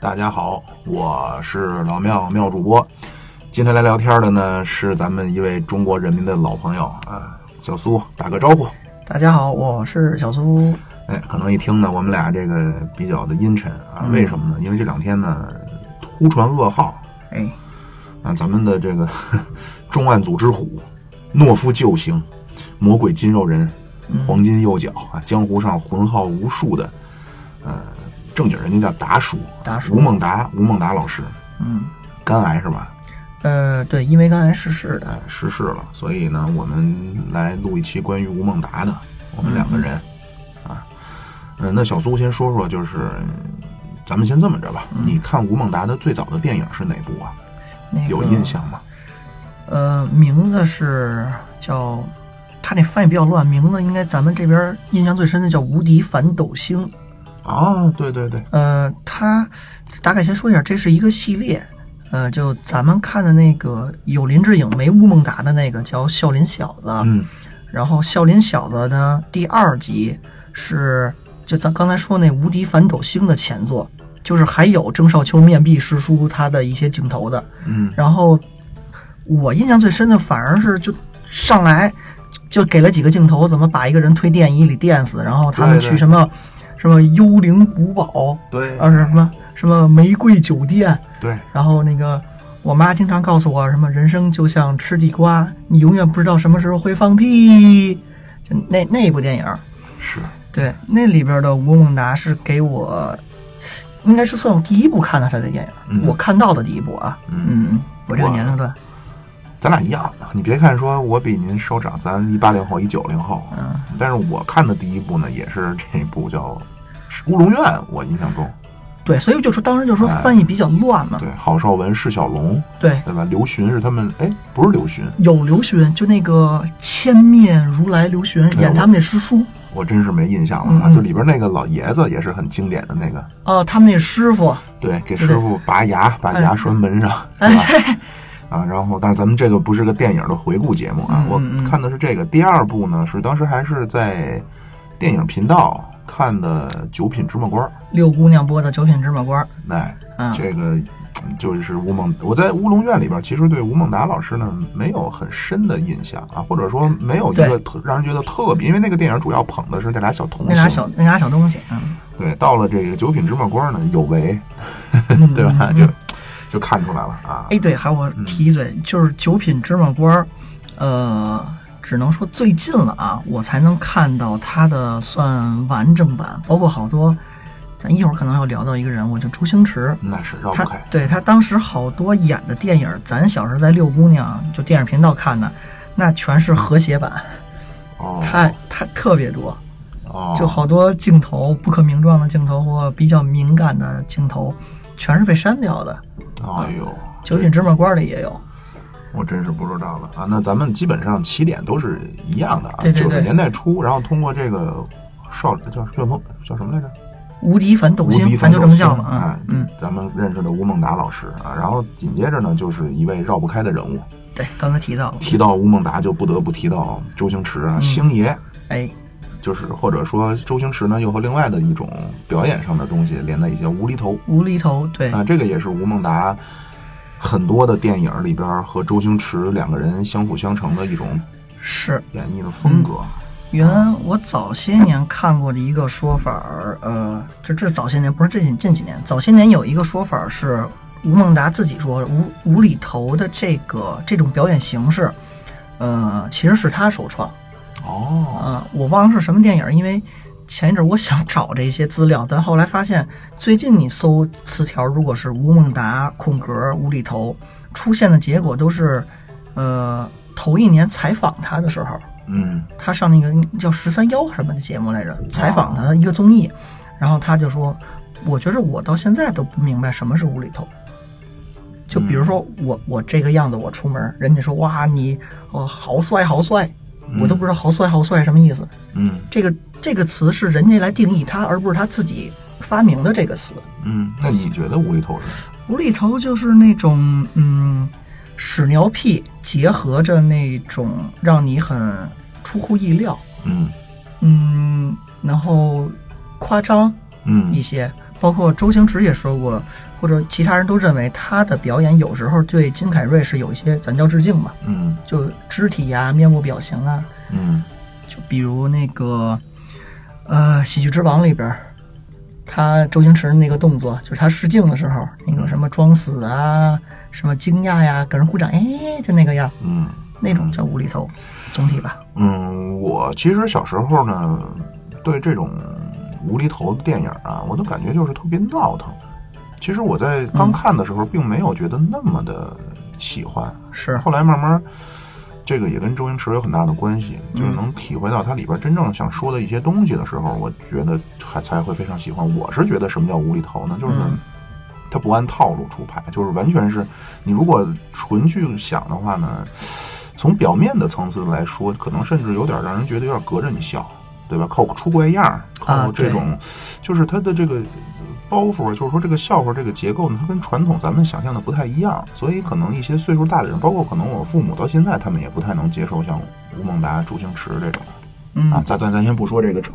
大家好，我是老庙庙主播。今天来聊天的呢是咱们一位中国人民的老朋友啊，小苏，打个招呼。大家好，我是小苏。哎，可能一听呢，我们俩这个比较的阴沉啊，为什么呢？因为这两天呢，突传噩耗哎，啊，咱们的这个 重案组之虎，懦夫救星，魔鬼筋肉人，黄金右脚啊，江湖上浑号无数的，呃，正经人家叫达叔，达叔吴孟达，吴孟达老师，嗯，肝癌是吧？呃，对，因为刚才逝世的，哎，逝世了，所以呢，我们来录一期关于吴孟达的，我们两个人，啊，嗯、那小苏先说说，就是嗯咱们先这么着吧，你看吴孟达的最早的电影是哪部啊？那个有印。象吗？呃，名字是叫，他那翻译比较乱，名字应该咱们这边印象最深的叫《无敌反斗星》。啊，对对对，呃，他大概先说一下，这是一个系列。呃，就咱们看的那个有林之影没吴孟达的那个叫《笑林小子》，嗯然后《笑林小子》呢，第二集是就咱刚才说那《无敌反斗星》的前作，就是还有郑少秋面壁师叔他的一些镜头的。嗯，然后我印象最深的反而是就上来就给了几个镜头，怎么把一个人推电椅里电死，然后他们对对去什么什么幽灵古堡，对啊是什么什么玫瑰酒店，对，然后那个我妈经常告诉我，什么人生就像吃地瓜，你永远不知道什么时候会放屁。就那那部电影儿，是，对，那里边的吴孟达是给我，应该是算我第一部看到他的电影儿，嗯我看到的第一部啊。嗯嗯，我这个年龄段，咱俩一样，你别看说我比您稍长，咱一八零后，一九零后，嗯，但是我看的第一部呢，也是这部叫《乌龙院》，我印象中，对，所以就说当时就说翻译比较乱嘛。对，郝邵文、释小龙。对，对吧？刘询是他们，哎，不是刘询，有刘询，就那个千面如来刘询哎呦演他们那师叔，我真是没印象了啊！嗯嗯就里边那个老爷子也是很经典的那个，哦，他们那师傅，对，给师傅拔牙，把牙拴门 上，哎是吧？啊，然后，但是咱们这个不是个电影的回顾节目啊，嗯我嗯嗯看的是这个第二部呢，是当时还是在电影频道看的《九品芝麻官》，六姑娘播的《九品芝麻官》。哎，嗯，这个嗯就是吴孟，我在《乌龙院》里边，其实对吴孟达老师呢没有很深的印象啊，或者说没有一个对特让人觉得特别，因为那个电影主要捧的是那俩小童那俩星，小那俩小东西，嗯，对，到了这个九品芝麻官呢，有为，嗯对吧？嗯就就看出来了啊。哎，对，还有我提一嘴，就是九品芝麻官儿，呃，只能说最近了啊，我才能看到它的算完整版，包括好多，咱一会儿可能要聊到一个人物，就周星驰，那是绕不他开，对他当时好多演的电影，咱小时候在六姑娘就电影频道看的，那全是和谐版，哦，他他特别多，哦，就好多镜头不可名状的镜头或比较敏感的镜头，全是被删掉的，《哎呦，九品芝麻官》里也有。我真是不知道了啊！那咱们基本上起点都是一样的啊，对对九对十年代初，然后通过这个少叫旋风叫什么来着？无敌反斗无星，敌咱反就这斗么星叫吧啊哎，嗯，咱们认识的吴孟达老师啊，然后紧接着呢，就是一位绕不开的人物。对，刚才提到了，提到吴孟达，就不得不提到周星驰啊，嗯星爷，哎，就是或者说周星驰呢，又和另外的一种表演上的东西连在一起，叫无厘头无厘头，对，啊，这个也是吴孟达很多的电影里边和周星驰两个人相辅相成的一种是演绎的风格。原我早些年看过的一个说法儿，呃，这这是早些年，不是这近近几年，早些年有一个说法儿是吴孟达自己说无无厘头的这个这种表演形式，呃，其实是他首创哦，啊、我忘了是什么电影儿，因为。前一阵儿我想找这些资料，但后来发现，最近你搜词条，如果是吴孟达空格无厘头，出现的结果都是，呃，头一年采访他的时候，嗯，他上那个叫十三幺什么的节目来着，采访他的一个综艺，然后他就说，我觉着我到现在都不明白什么是无厘头，就比如说我我这个样子，我出门，人家说哇你哦好帅好帅，我都不知道好帅好帅什么意思。嗯这个这个词是人家来定义它，而不是他自己发明的这个词。嗯，那你觉得无厘头是什么？无厘头就是那种嗯屎尿屁结合着那种让你很出乎意料，嗯嗯，然后夸张一嗯些。包括周星驰也说过，或者其他人都认为他的表演有时候对金凯瑞是有一些咱叫致敬嘛，嗯就肢体呀、面部表情啊，嗯就比如那个，呃，《喜剧之王》里边儿，他周星驰那个动作，就是他试镜的时候，那个什么装死啊，什么惊讶呀，给人鼓掌，哎，就那个样儿，嗯那种叫无厘头，总体吧。嗯，我其实小时候呢，对这种无厘头的电影啊，我都感觉就是特别闹腾。其实我在刚看的时候，并没有觉得那么的喜欢。是，后来慢慢，这个也跟周星驰有很大的关系，就是嗯能体会到它里边真正想说的一些东西的时候，我觉得还才会非常喜欢。我是觉得什么叫无厘头呢？就是嗯它不按套路出牌，就是完全是你如果纯去想的话呢，从表面的层次来说，可能甚至有点让人觉得有点隔着你笑，对吧？靠出怪样儿，啊靠这种，就是它的这个包袱，就是说这个笑话这个结构呢，它跟传统咱们想象的不太一样，所以可能一些岁数大的人，包括可能我父母到现在，他们也不太能接受像吴孟达、周星驰这种啊嗯。咱咱咱先不说这个周，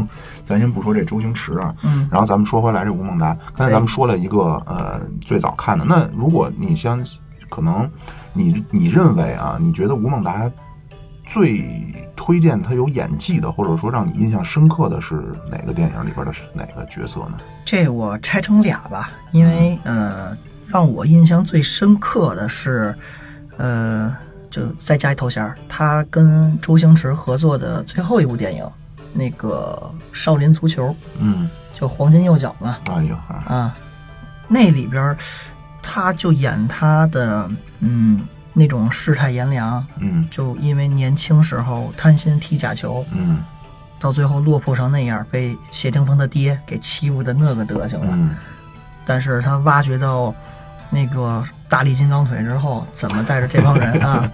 咱先不说这周星驰啊，嗯，然后咱们说回来，这吴孟达，刚才咱们说了一个呃最早看的，那如果你相，可能你你认为啊，你觉得吴孟达最推荐他有演技的，或者说让你印象深刻的是哪个电影里边的是哪个角色呢？这我拆成俩吧，因为呃，让我印象最深刻的是，呃，就再加一头衔儿，他跟周星驰合作的最后一部电影，那个《少林足球》，嗯，就黄金右脚嘛，哎呀，啊啊，那里边儿他就演他的嗯那种世态炎凉，嗯就因为年轻时候贪心踢假球，嗯到最后落魄成那样，被谢霆锋他爹给欺负的那个德行了。嗯但是他挖掘到那个大力金刚腿之后，怎么带着这帮人啊，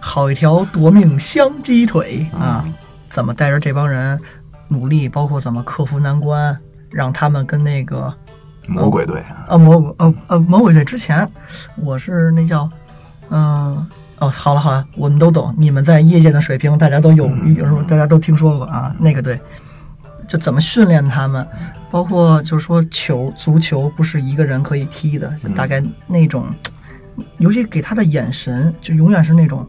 好一条夺命香鸡腿啊，怎么带着这帮人努力，包括怎么克服难关，让他们跟那个魔鬼队，呃魔鬼呃呃魔鬼队之前，我是那叫嗯。哦，好了好了，我们都懂，你们在业界的水平，大家都有，嗯有时候大家都听说过啊。那个队，就怎么训练他们，包括就是说球，足球不是一个人可以踢的，就大嗯概那种，尤其给他的眼神，就永远是那种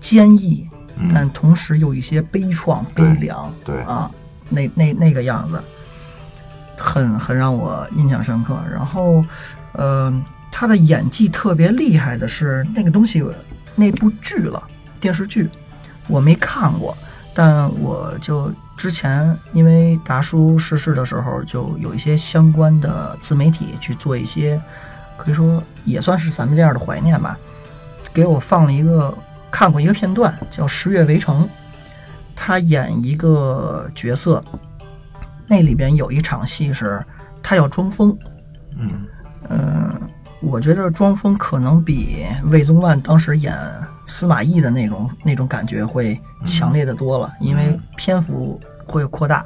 坚毅，嗯但同时有一些悲怆、悲对凉，对啊，那那那个样子，很很让我印象深刻。然后，呃，他的演技特别厉害的是那个东西，那部剧了，电视剧，我没看过，但我就之前因为达叔逝世的时候，就有一些相关的自媒体去做一些，可以说也算是咱们这样的怀念吧。给我放了一个看过一个片段，叫《十月围城》，他演一个角色，那里边有一场戏是他要装疯，嗯嗯，我觉得庄丰可能比魏宗万当时演司马懿的那种那种感觉会强烈的多了，因为篇幅会扩大。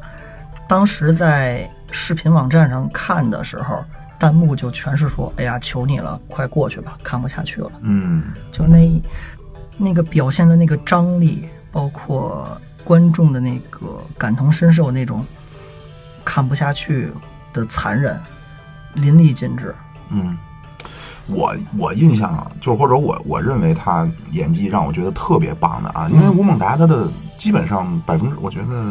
当时在视频网站上看的时候，弹幕就全是说：“哎呀，求你了，快过去吧，看不下去了。嗯”就那那个表现的那个张力，包括观众的那个感同身受那种看不下去的残忍，淋漓尽致。嗯，我我印象啊就是或者我我认为他演技让我觉得特别棒的啊，因为吴孟达他的基本上百分之，我觉得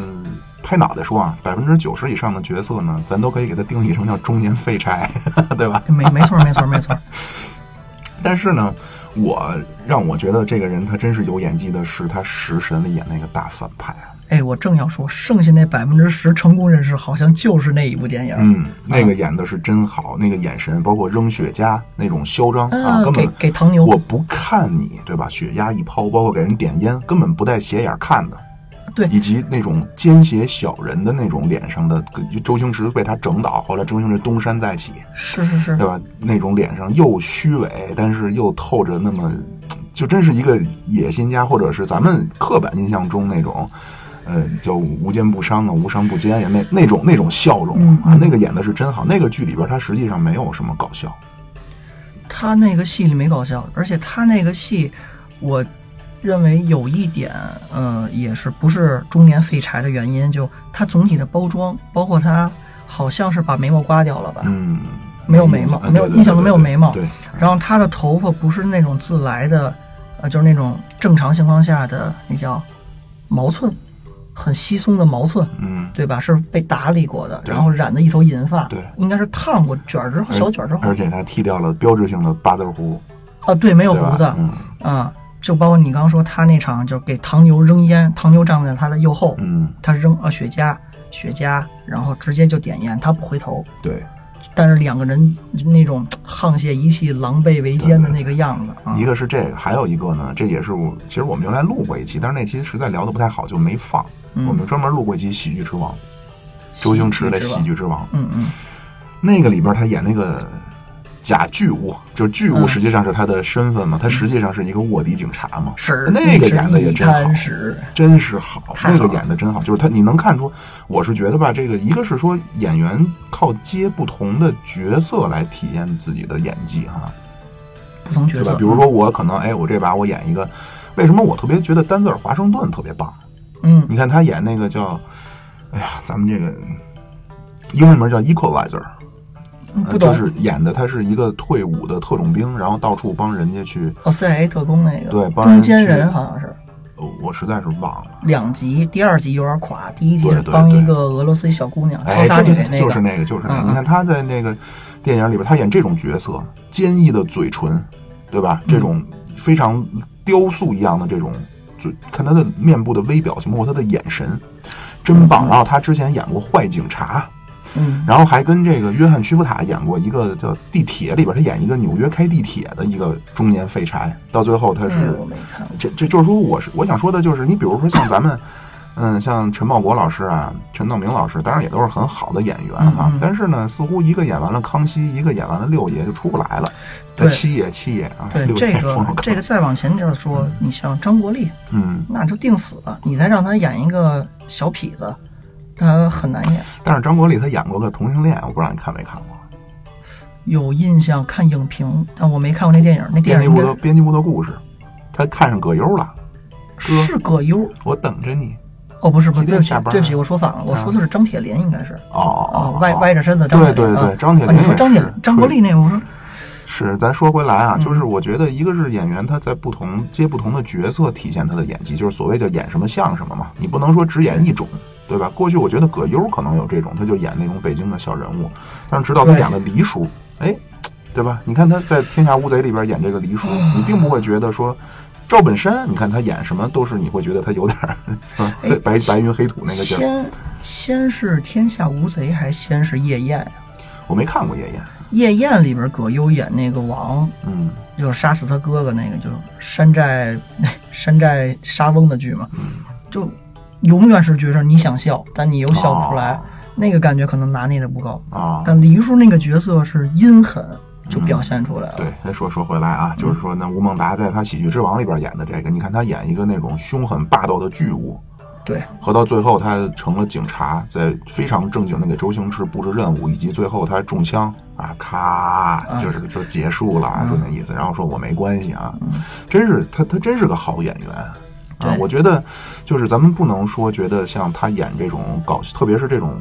拍脑袋说啊，百分之九十以上的角色呢，咱都可以给他定义成叫中年废柴， 对吧？没 没错儿没错儿没错儿，但是呢，我让我觉得这个人他真是有演技的是他《食神》里演那个大反派啊，哎，我正要说，剩下那百分之十成功人士好像就是那一部电影，嗯，那个演的是真好，那个眼神，包括扔雪茄那种嚣张啊，根嗯给本给唐牛我，不看你，对吧？血压一抛，包括给人点烟，根本不带斜眼看的。对以及那种奸邪小人的那种脸上的，周星驰被他整倒，后来周星驰东山再起，是是是对，吧？那种脸上又虚伪，但是又透着那么，就真是一个野心家，或者是咱们刻板印象中那种，呃，叫无奸不商啊，无商不奸呀，那那种那种笑容嗯啊，那个演的是真好。那个剧里边他实际上没有什么搞笑，他那个戏里没搞笑，而且他那个戏，我认为有一点，呃，也是不是中年废柴的原因，就他总体的包装，包括他好像是把眉毛刮掉了吧，嗯，没有眉毛嗯没有对对对印象中没有眉毛对，对然后他的头发不是那种自来的，呃，就是那种正常情况下的那叫毛寸，很稀松的毛寸。嗯，对吧？是被打理过的，对然后染的一头银发，对应该是烫过卷儿之后，小卷儿之后，而且他剃掉了标志性的八字胡，啊，对，没有对吧胡子，嗯啊，就包括你刚说他那场，就是给唐牛扔烟，唐牛站在他的右后，嗯，他扔啊雪茄，雪茄，然后直接就点烟，他不回头，对。但是两个人那种沆瀣一气、狼狈为奸的那个样子啊一，个是这个，还有一个呢，这也是我其实我们原来录过一期，但是那期实在聊的不太好，就没放。嗯我们专门录过一期《喜剧之王》，周星驰的《喜剧之喜王剧之王》嗯嗯，那个里边他演那个假巨物，就是巨物嗯实际上是他的身份嘛，他实际上是一个卧底警察嘛，是那个演的也一真好滩屎，真是好，太那个好了演的真好，就是他你能看出，我是觉得吧，这个一个是说演员靠接不同的角色来体验自己的演技哈、不同角对吧色，？比如说我可能哎，我这把我演一个，为什么我特别觉得丹泽尔华盛顿特别棒？嗯，你看他演那个叫，哎呀，咱们这个英文名叫 Equalizer，嗯，呃就不懂是演的他是一个退伍的特种兵，然后到处帮人家去，哦，CIA 特工那个，对帮人中间去人好像是。呃我实在是忘了。两集，第二集有点垮，第一集对是对帮对一个俄罗斯小姑娘啊超哎，杀对女对那对，个，就是那个，就是那嗯个。嗯你看他在那个电影里边，他演这种角色，坚毅的嘴唇，对吧？嗯这种非常雕塑一样的这种嘴，看他的面部的微表情，包括他的眼神，真棒。然后他之前演过坏警察，嗯，然后还跟这个约翰·屈伏塔演过一个叫《地铁》里边，他演一个纽约开地铁的一个中年废柴，到最后他那是嗯个我没看过。这这就是说，我是我想说的就是，你比如说像咱们，嗯，像陈茂国老师啊，陈道明老师，当然也都是很好的演员啊，嗯嗯但是呢，似乎一个演完了康熙，一个演完了六爷就出不来了，对七爷七爷啊，对六这爷冯个小刚这个，再往前点儿说，你像张国立，嗯，那就定死了。你再让他演一个小痞子，他很难演。但是张国立他演过个同性恋，我不知道你看没看过，有印象看影评，但我没看过那电影。那编电辑影部应的该编辑部的故事，他看上葛优了，哥，是葛优我等着你，哦，不是不是，几对点不起下班啊对不起，我说反了，我说的是张铁林，应该是哦哦哦哦，歪哦歪着身子张铁对林对啊对，张铁啊林也你是，说张铁张国立那个，我说是，咱说回来啊，嗯就是我觉得一个是演员他在不同接不同的角色体现他的演技，就是所谓叫演什么像什么嘛，你不能说只演一种，对吧？过去我觉得葛优可能有这种，他就演那种北京的小人物，但是直到他对演了黎叔，哎，对吧？你看他在《天下无贼》里边演这个黎叔，你并不会觉得说。赵本山，你看他演什么都是你会觉得他有点儿 哎白白云黑土那个劲儿。先先是天下无贼，还先是夜宴呀？我没看过夜宴，夜宴里边葛优演那个王，嗯就是杀死他哥哥那个，就是山寨山寨沙翁的剧嘛，就永远是觉着你想笑，但你又笑不出来，哦那个感觉可能拿捏的不高。啊，但黎叔那个角色是阴狠，就表现出来了。啊对，再说说回来啊，就是说呢，吴孟达在他《喜剧之王》里边演的这个，你看他演一个那种凶狠霸道的巨物，对和到最后他成了警察，在非常正经的给周星驰布置任务，以及最后他中枪啊，咔，就是就结束了，啊，就那意思。然后说我没关系啊，真是他他真是个好演员。啊，对我觉得就是咱们不能说觉得像他演这种搞，特别是这种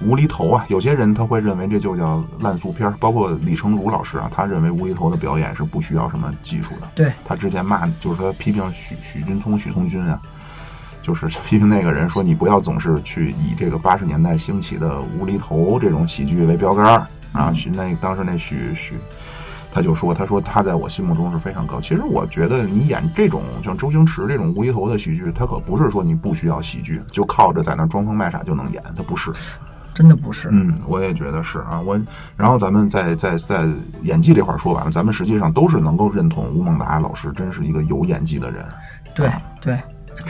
无厘头啊，有些人他会认为这就叫烂俗片儿，包括李成儒老师啊，他认为无厘头的表演是不需要什么技术的。对他之前骂就是说批评许许君聪、许嵩君啊，就是 批评那个人说你不要总是去以这个八十年代兴起的无厘头这种喜剧为标杆儿啊。许那当时那许许。他就说：“他说他在我心目中是非常高。其实我觉得你演这种像周星驰这种无厘头的喜剧，他可不是说你不需要喜剧，就靠着在那儿装疯卖傻就能演，他不是。真的不是。嗯，我也觉得是啊。我，然后咱们再再再演技这块儿说完了，啊咱们实际上都是能够认同吴孟达老师真是一个有演技的人。对对，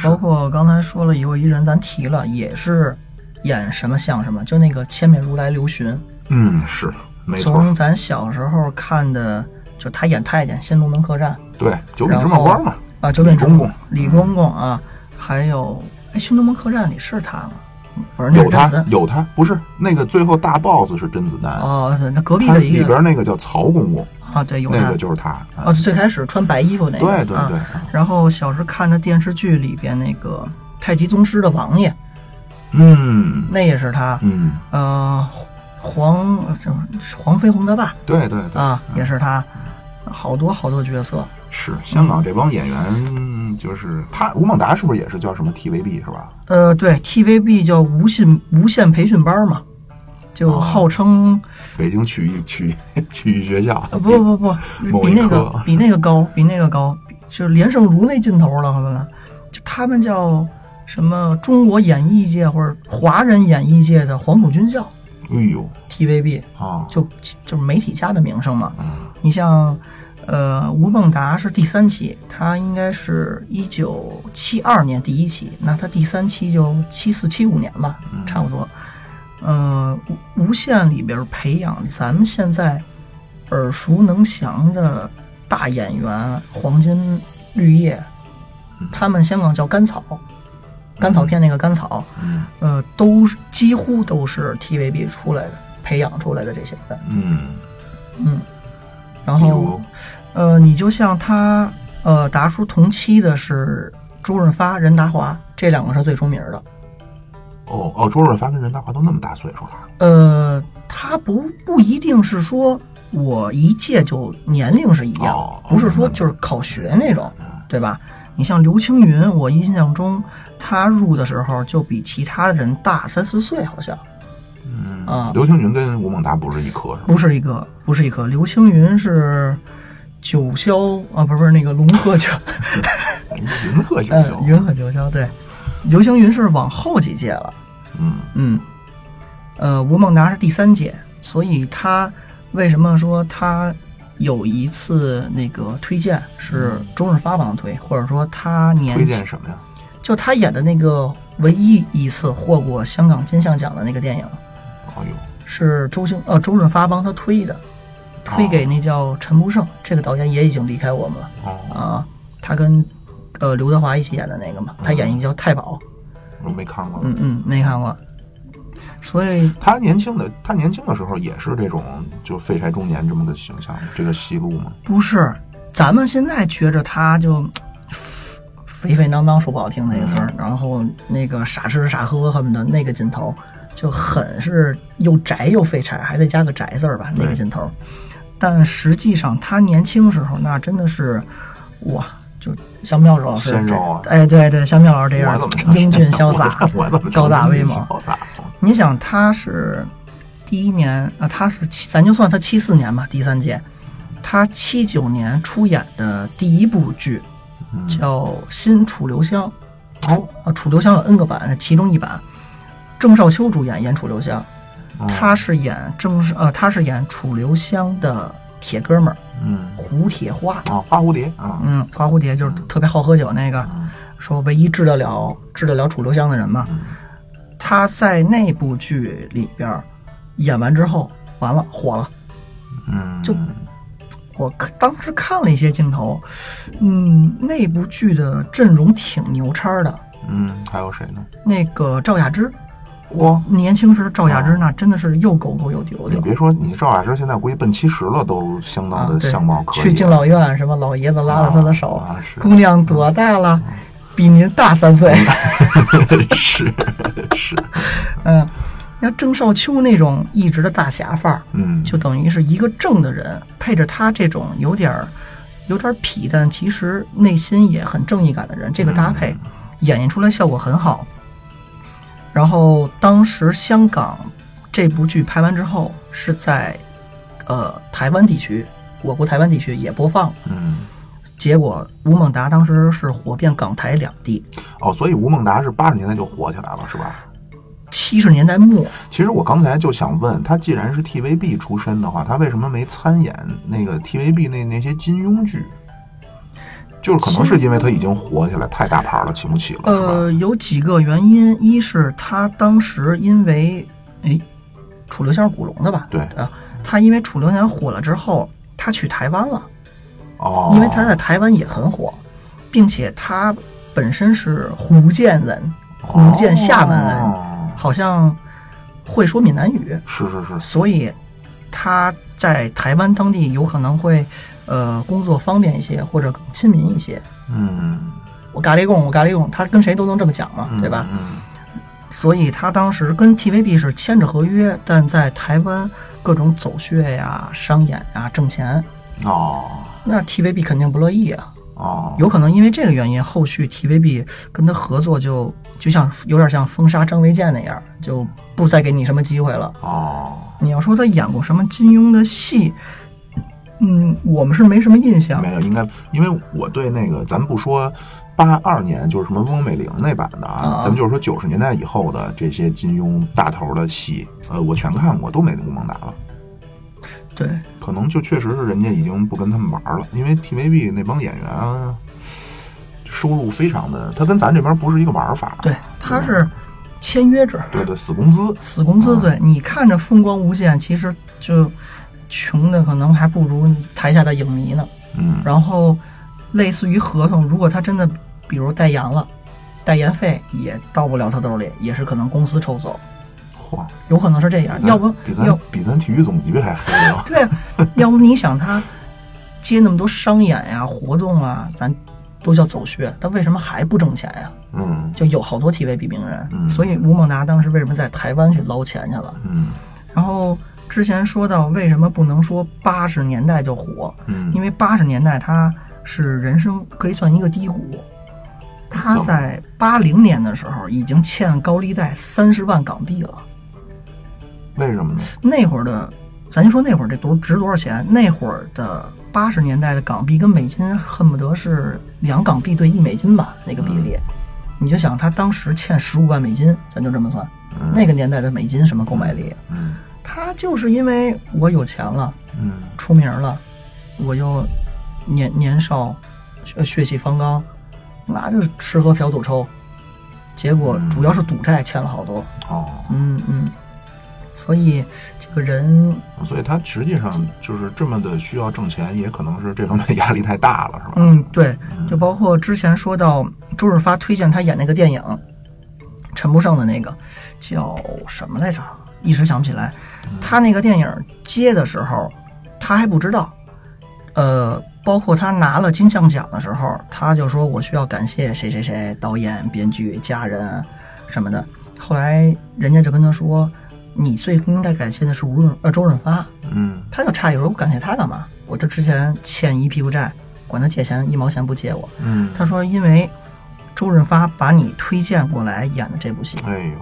包括刚才说了有一人，咱提了也是演什么像什么，就那个《千面如来》刘询，嗯，是没错从，咱小时候看的，就他演太监《新龙门客栈对，九品芝麻官嘛，》啊，九品李芝公麻公李公公啊，还有哎，《新龙门客栈》里是他吗？不是，那有是他甄子丹有他，不是那个最后大 boss 是甄子丹，哦，那隔壁他的里一个边那个叫曹公公，啊，对，有那他个就是他，啊哦，最开始穿白衣服那个，对对啊对，然后小时候看的电视剧里边那个太极宗师的王爷，嗯那也是他。嗯，呃，黄这黄飞鸿他爸对对嗯对，啊，也是他。好多好多角色，是香港这帮演员，就是他吴孟达是不是也是叫什么 TVB 是吧？呃，对，TVB 叫无线无线培训班嘛，就哦号称、北京曲艺曲艺曲艺学校，呃不不不某比一那科个比那个高，比那个高，比就连胜如那劲头了，好吧？就他们叫什么中国演艺界或者华人演艺界的黄埔军校哎呦 TVB，啊，就就是媒体家的名声嘛。嗯你像，呃，吴孟达是第三期，他应该是一九七二年第一期，那他第三期就七四七五年吧，嗯差不多。呃，无无线里边培养咱们现在耳熟能详的大演员，黄金绿叶，嗯他们香港叫甘草，甘草片那个甘草，嗯呃，都是几乎都是 TVB 出来的培养出来的这些人。嗯，嗯，然比后如呃，你就像他呃，达叔同期的是周润发、任达华，这两个是最出名的。哦哦，周润发跟任达华都那么大岁数了，呃，他不不一定是说我一届就年龄是一样，哦不是说就是考学那种，对吧？你像刘青云，我印象中他入的时候就比其他人大三四岁，好像嗯啊刘青云跟吴孟达不是一科是吧？不是一个，不是一个。刘青云是九霄啊，不是不是那个龙鹤九。云鹤九嗯，霄，云和九霄对，流星云是往后几届了，嗯嗯，呃，吴孟达是第三届，所以他为什么说他有一次那个推荐是周润发帮他推，或者说他年推荐什么呀？就他演的那个唯一一次获过香港金像奖的那个电影哦呦，是周星呃周润发帮他推的，推给那叫陈木胜，这个导演也已经离开我们了。哦，啊，他跟呃刘德华一起演的那个嘛，他演一个叫太保，我没看过。嗯嗯，没看过，所以他年轻的他年轻的时候也是这种就废柴中年这么个形象，这个戏路吗？不是咱们现在觉着他就肥肥囊囊，说不好听那个词嗯儿，然后那个傻吃傻喝恨不得那个劲头，就很是又宅又废柴，还得加个宅字儿吧，那个对劲头。但实际上他年轻时候那真的是，哇！就像妙老师鲜这，肉啊哎，对对，像妙老师这样我怎么、英俊潇洒我怎么高大威猛，高大你想他是第一年啊，他是七，咱就算他七四年吧，第三届，他七九年出演的第一部剧嗯叫《新楚留香》，哦啊，楚留香有 N 个版，其中一版郑少秋主演演楚留香，哦他是演郑呃，他是演楚留香的铁哥们儿嗯胡铁花，啊花蝴蝶啊嗯，花蝴蝶就是特别好喝酒那个，说唯一治得了治得了楚留香的人嘛。嗯他在那部剧里边儿演完之后，完了火了。嗯就我看当时看了一些镜头，嗯，那部剧的阵容挺牛叉的。嗯还有谁呢？那个赵雅芝，哇！年轻时赵雅芝哦那真的是又狗狗又丢你丢。别说，你赵雅芝现在估计奔七十了，都相当啊的对相貌可以。啊去敬老院，什么老爷子拉了她的手，啊啊 是啊姑娘多大了？比您大三岁。是是，嗯，要郑少秋那种一直的大侠范儿，嗯，就等于是一个正的人配着他这种有点儿有点儿痞，但其实内心也很正义感的人，这个搭配演绎出来效果很好。然后当时香港这部剧拍完之后是在呃台湾地区，我国台湾地区也播放了。嗯结果吴孟达当时是火遍港台两地，哦，所以吴孟达是八十年代就火起来了，是吧？七十年代末其实我刚才就想问他，既然是 TVB 出身的话，他为什么没参演那个 TVB 那那些金庸剧？就是可能是因为他已经火起来太大牌了，起不起了，是吧？呃，有几个原因，一是他当时因为哎，楚留香古龙的吧？对，啊，他因为楚留香火了之后，他去台湾了，哦，因为他在台湾也很火，并且他本身是福建人，福建厦门人，哦好像会说闽南语，是是是，所以他在台湾当地有可能会呃工作方便一些，或者更亲民一些。嗯，我咖喱贡，我咖喱贡，他跟谁都能这么讲嘛，嗯对吧？？嗯所以他当时跟 TVB 是签着合约，但在台湾各种走穴呀、商演呀挣钱，哦那 TVB 肯定不乐意啊。哦，有可能因为这个原因，后续 TVB 跟他合作就就像有点像封杀张卫健那样，就不再给你什么机会了。哦，你要说他演过什么金庸的戏，嗯，我们是没什么印象。没有，应该因为我对那个，咱不说八二年就是什么翁美玲那版的啊啊，咱们就是说九十年代以后的这些金庸大头的戏，呃，我全看过，都没吴孟达了。对，可能就确实是人家已经不跟他们玩了，因为 TVB 那帮演员啊收入非常的，他跟咱这边不是一个玩法。对，他是签约制，对对，死工资。死工资对。你看着风光无限，其实就穷的可能还不如台下的影迷呢。嗯，然后，类似于合同，如果他真的比如代言了，代言费也到不了他兜里，也是可能公司抽走，嚯，有可能是这样。比要不咱比要哎咱比咱体育总局还黑啊！对， 要不你想他接那么多商演呀、活动啊，咱都叫走穴，他为什么还不挣钱呀、嗯就有好多 TVB 名人，嗯所以吴孟达当时为什么在台湾去捞钱去了？嗯然后之前说到为什么不能说八十年代就火，嗯，因为为八十年代他是人生可以算一个低谷。他在八零年的时候已经欠高利贷三十万港币了。为什么呢？那会儿的，咱就说那会儿这多值多少钱？那会儿的八十年代的港币跟美金恨不得是两港币兑一美金吧，那个比例。你就想他当时欠十五万美金，咱就这么算，嗯那个年代的美金什么购买力？嗯他就是因为我有钱了，嗯出名了，我又年年少，呃血气方刚，那就是吃喝嫖赌抽，结果主要是赌债欠了好多。哦，嗯嗯，所以这个人所以他实际上嗯就是这么的需要挣钱，也可能是这方面压力太大了，是吧？嗯，对，就包括之前说到周润发推荐他演那个电影，陈木胜的那个叫什么来着？一时想不起来。他那个电影接的时候，他还不知道。呃，包括他拿了金像奖的时候，他就说我需要感谢谁谁谁导演、编剧、家人什么的。后来人家就跟他说，你最应该感谢的是吴润呃周润发。嗯他就诧异说：“我感谢他干嘛？我这之前欠一屁股债，管他借钱一毛钱不借我。嗯”，他说：“因为周润发把你推荐过来演的这部戏，哎呦，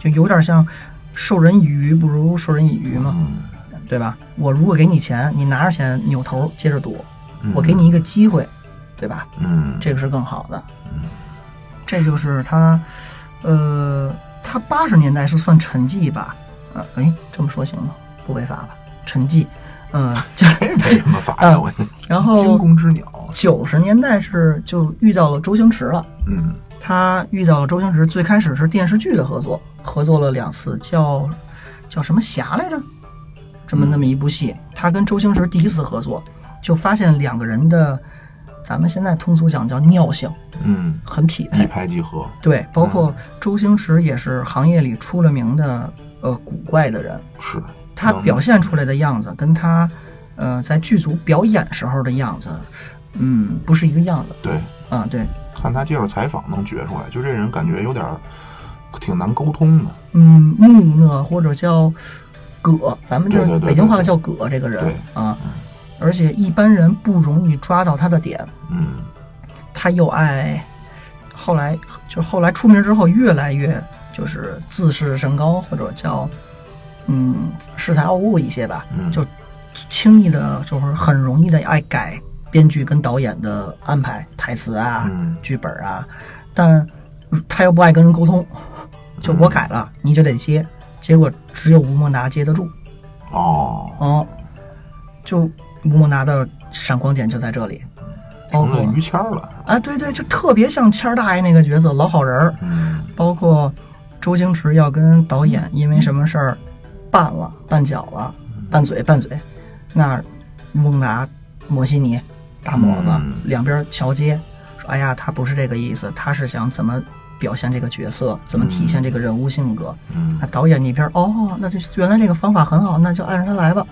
就有点像授人以鱼不如授人以渔嘛，嗯，对吧？我如果给你钱，你拿着钱扭头接着赌，嗯我给你，一个机会，对吧？嗯，这个是更好的。这就是他，呃，他八十年代是算沉寂吧？呃，哎，这么说行吗？不违法吧？沉寂，呃， 就这没什么法呀，嗯我 然惊后弓之鸟，九十年代是就遇到了周星驰了，嗯他遇到了周星驰，最开始是电视剧的合作，合作了两次，叫叫什么侠来着？这么那么一部戏，他跟周星驰第一次合作，就发现两个人的，咱们现在通俗讲叫尿性嗯，很匹一配，拍即合，对，包括周星驰也是行业里出了名的呃古怪的人，是，他能表现出来的样子跟他呃在剧组表演时候的样子，嗯，不是一个样子。对，啊，对，看他接受采访能觉出来，就这人感觉有点儿挺难沟通的，嗯，木讷或者叫葛，咱们就是对对对北京话叫葛这个对人啊，而且一般人不容易抓到他的点，嗯他又爱，后来就后来出名之后越来越就是自视甚高或者叫嗯恃才傲物一些吧，嗯，就轻易的就是很容易的爱改编剧跟导演的安排台词啊、嗯剧本啊，但他又不爱跟人沟通，就我改了、你就得接，结果只有吴孟达接得住，哦，哦，就吴孟达的闪光点就在这里，包成括了于谦儿了。啊，对对，就特别像谦儿大爷那个角色，老好人儿。嗯包括周星驰要跟导演因为什么事儿拌了、拌脚了、拌嘴、拌嘴，那孟达、摩西尼、大模子、嗯两边桥接，说哎呀，他不是这个意思，他是想怎么表现这个角色，怎么体现这个人物性格。嗯那导演那边哦，那就原来这个方法很好，那就按着他来吧，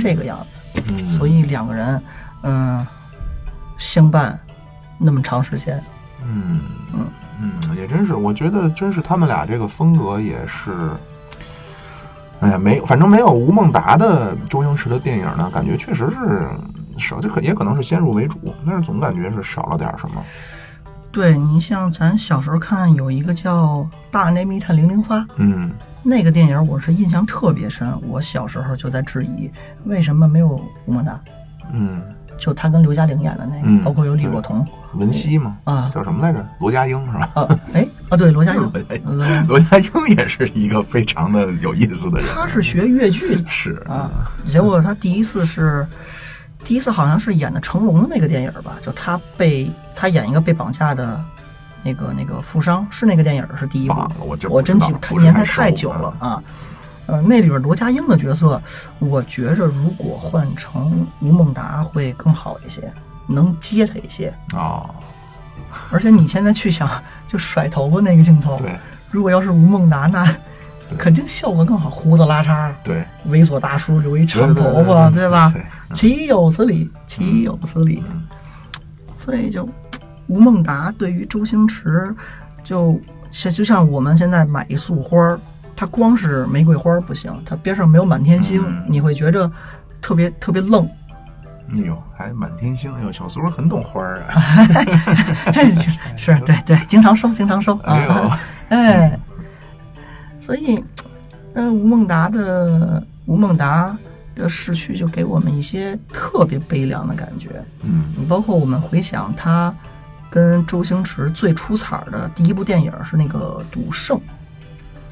这个样子。嗯，所以两个人，嗯、相伴那么长时间，嗯嗯嗯，也真是，我觉得真是他们俩这个风格也是，哎呀，没，反正没有吴孟达的周星驰的电影呢，感觉确实是少，这可也可能是先入为主，但是总感觉是少了点什么。对你像咱小时候看有一个叫《大内密探零零发》嗯那个电影，我是印象特别深。我小时候就在质疑，为什么没有吴孟达？嗯，就他跟刘嘉玲演的那个，嗯包括有李若彤文熙嘛，啊叫什么来着？罗家英是吧？ 啊，哎啊，对罗家是英罗家，罗罗家英也是一个非常的有意思的人，嗯他是学越剧的是啊，结果他第一次是。第一次好像是演的成龙的那个电影吧，就他被他演一个被绑架的，那个那个富商是那个电影是第一部忘了，啊我真我真不记知不道太不是年代熟太久了啊。呃，那里边罗家英的角色，我觉着如果换成吴孟达会更好一些，能接他一些。啊，而且你现在去想， 就甩头发那个镜头，对如果要是吴孟达，那对肯定效果更好，胡子拉碴，对，猥琐大叔留一长对对头发，对对对吧对？岂有此理！岂有此理！嗯所以就吴孟达对于周星驰，就像就像我们现在买一束花儿，它光是玫瑰花儿不行，它边上没有满天星，嗯你会觉着特别特别 愣。哎呦，还满天星！哎呦，小苏很懂花儿啊！哎是对对，经常收，经常收哎 呦 啊，，哎，所以，嗯，吴孟达的吴孟达的逝去就给我们一些特别悲凉的感觉。嗯你包括我们回想他跟周星驰最出彩儿的第一部电影是那个《赌圣》，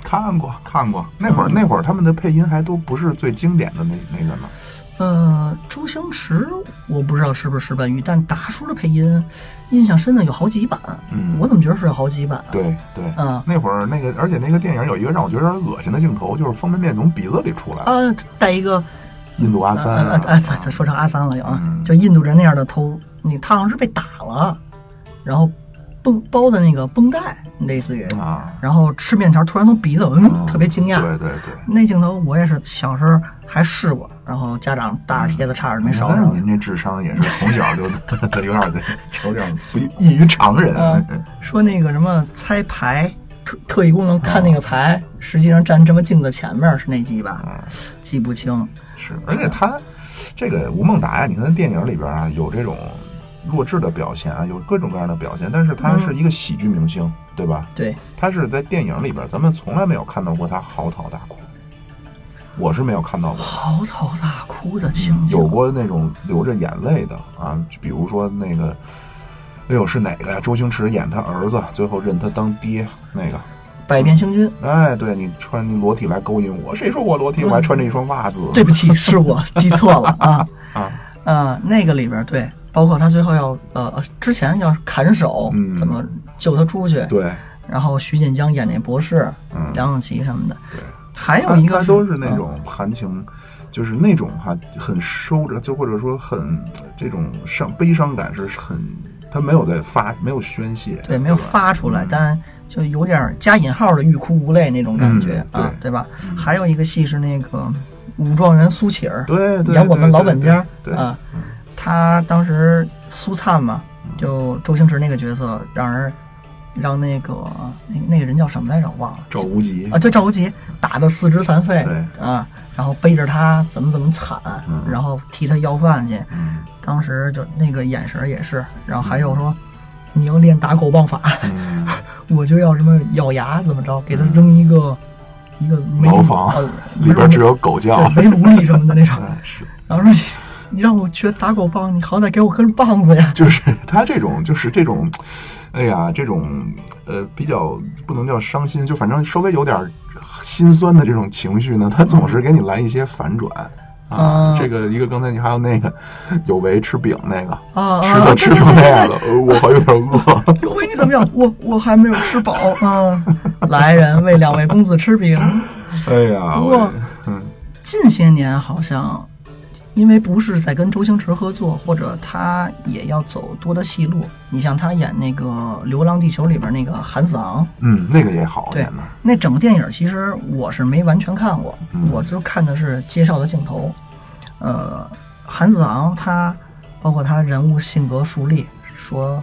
看过看过，那会儿、嗯那会儿他们的配音还都不是最经典的那那个呢。呃，周星驰我不知道是不是石斑鱼，但达叔的配音印象深的有好几版，嗯我怎么觉得是有好几版啊？对对，嗯那会儿那个，而且那个电影有一个让我觉得有点恶心的镜头，就是方便面从鼻子里出来，啊，带一个印度阿啊三啊啊，啊，这、说成阿三了又啊，嗯就印度人那样的头，你他好像是被打了，然后绷包的那个绷带，类似于，啊然后吃面条突然从鼻子，嗯，嗯特别惊讶，对对对，那镜头我也是小时候还试过，然后家长大耳贴子差点没烧那着。您这智商也是从小 就有点儿有点儿不异于常人。嗯说那个什么猜牌，特特异功能看哦那个牌，实际上站这么镜子前面是那集吧？嗯记不清。 是，而且他这个吴孟达呀，你看他电影里边啊有这种弱智的表现啊，有各种各样的表现，但是嗯他是一个喜剧明星，对吧？对，他是在电影里边，咱们从来没有看到过他嚎啕大哭，我是没有看到过。嚎啕大哭的情景，有过那种流着眼泪的啊，就比如说那个，哎呦是哪个呀？周星驰演他儿子，最后认他当爹那个，百变星君。哎，对你穿你裸体来勾引我，谁说我裸体？我还穿着一双袜子。对不起，是 我记错了啊啊啊！那个里边对，包括他最后要呃之前要砍手，嗯怎么救他出去？对，然后徐锦江演那博士，嗯，梁咏琪什么的，对。还有他一个他嗯都是嗯那种含情，就是那种哈、很收着，就或者说很这种伤悲伤感是很，他没有在发，没有宣泄，对，没有吧发出来嗯，但就有点儿加引号的欲哭无泪那种感觉嗯啊，对对吧？还有一个戏是那个武状元苏乞儿，对对，演我们对老本家对啊，嗯他当时苏灿嘛，就周星驰那个角色，让人让那个那那个人叫什么来着？我忘了赵无极啊，对，赵无极打的四肢残废对啊，然后背着他怎么怎么惨嗯，然后替他要饭去，嗯当时就那个眼神儿也是，然后还有说你要练打狗棒法。嗯， 我就要什么咬牙怎么着，给他扔一个、一个煤茅房呃、里边只有有狗叫， 煤炉里什么 的那种。嗯是然后说你你让我学打狗棒，你好歹给我根棒子呀。 就是他这种就是这种，哎呀，这种呃比较不能叫伤心，就反正稍微有点心酸的这种情绪呢，他总是给你来一些反转。啊啊，这个一个刚才你还有那个有为吃饼那个，啊吃着啊！吃成那样了，呃我还有点 饿。刘威你怎么样？我我还没有吃饱啊！来人，为两位公子吃饼。哎呀，不我过近些年好像，因为不是在跟周星驰合作，或者他也要走多的戏路。你像他演那个《流浪地球》里边那个韩子昂，嗯，那个也好对演的，那整个电影其实我是没完全看过，嗯我就看的是介绍的镜头。呃，韩子昂他包括他人物性格树立，说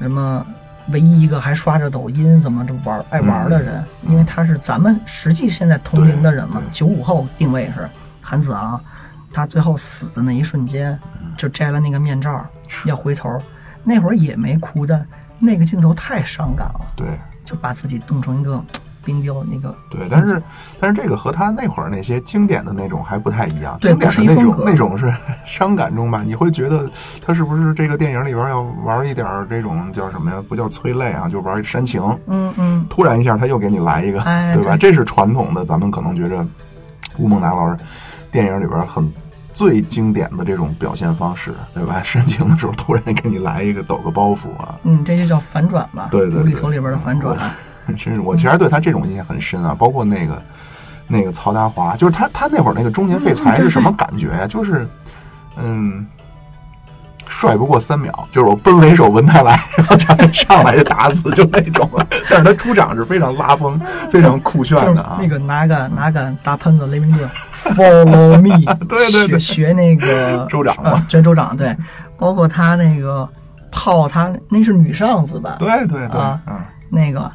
什么唯一一个还刷着抖音怎么这么玩爱玩的人，嗯因为他是咱们实际现在同龄的人对，嘛对九五后定位是韩子昂，他最后死的那一瞬间嗯就摘了那个面罩要回头，那会儿也没哭，但那个镜头太伤感了。对就把自己弄成一个冰雕那个。对，但是但是这个和他那会儿那些经典的那种还不太一样，对经典的那不是一种风格那种是伤感中吧，你会觉得他是不是这个电影里边要玩一点儿这种叫什么呀？不叫催泪啊，就玩煽情。嗯嗯，突然一下他又给你来一个，哎对吧？对这是传统的，咱们可能觉着吴孟达老师电影里边很最经典的这种表现方式，对吧？ 煽情的时候突然给你来一个抖个包袱啊，嗯，这就叫反转吧？对对对无厘头里边的反转。 真是我其实对他这种印象很深啊，包括那个那个曹达华，就是他他那会儿那个中年废嗯材对是什么感觉呀、啊就是嗯。帅不过三秒，就是我奔了一首文泰来，然后叫人上来就 打死，就那种了。但是他出场是非常拉风、非常酷炫 就是的啊。那个拿杆拿杆大喷子雷明顿 ，Follow me， 对对对学学那个 州长嘛呃学州长对，包括他那个泡他那是女上司吧？对对对，啊嗯，那个啊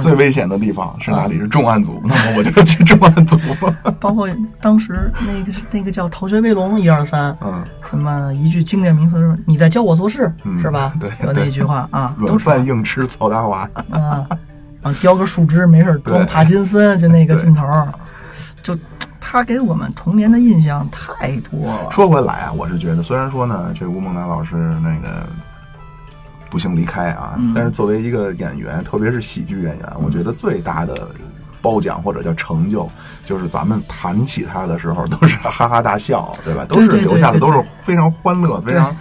最危险的地方是嗯哪里？是重案组。那么我就去重案组。包括当时那个那个叫《逃学威龙》一二三，嗯，什么一句经典名词是“你在教我做事”嗯是吧？对有那对一句话啊， 软都是饭硬吃曹达华。 啊，然后叼个树枝没事儿装对帕金森，就那个对劲头儿，就他给我们童年的印象太多了。说回来啊，我是觉得，虽然说呢，这吴孟达老师那个不幸离开啊，嗯但是作为一个演员，特别是喜剧演员，我觉得最大的。褒奖或者叫成就，就是咱们谈起他的时候都是哈哈大笑，对 吧？都是对对留下的对都是非常欢乐、非 对常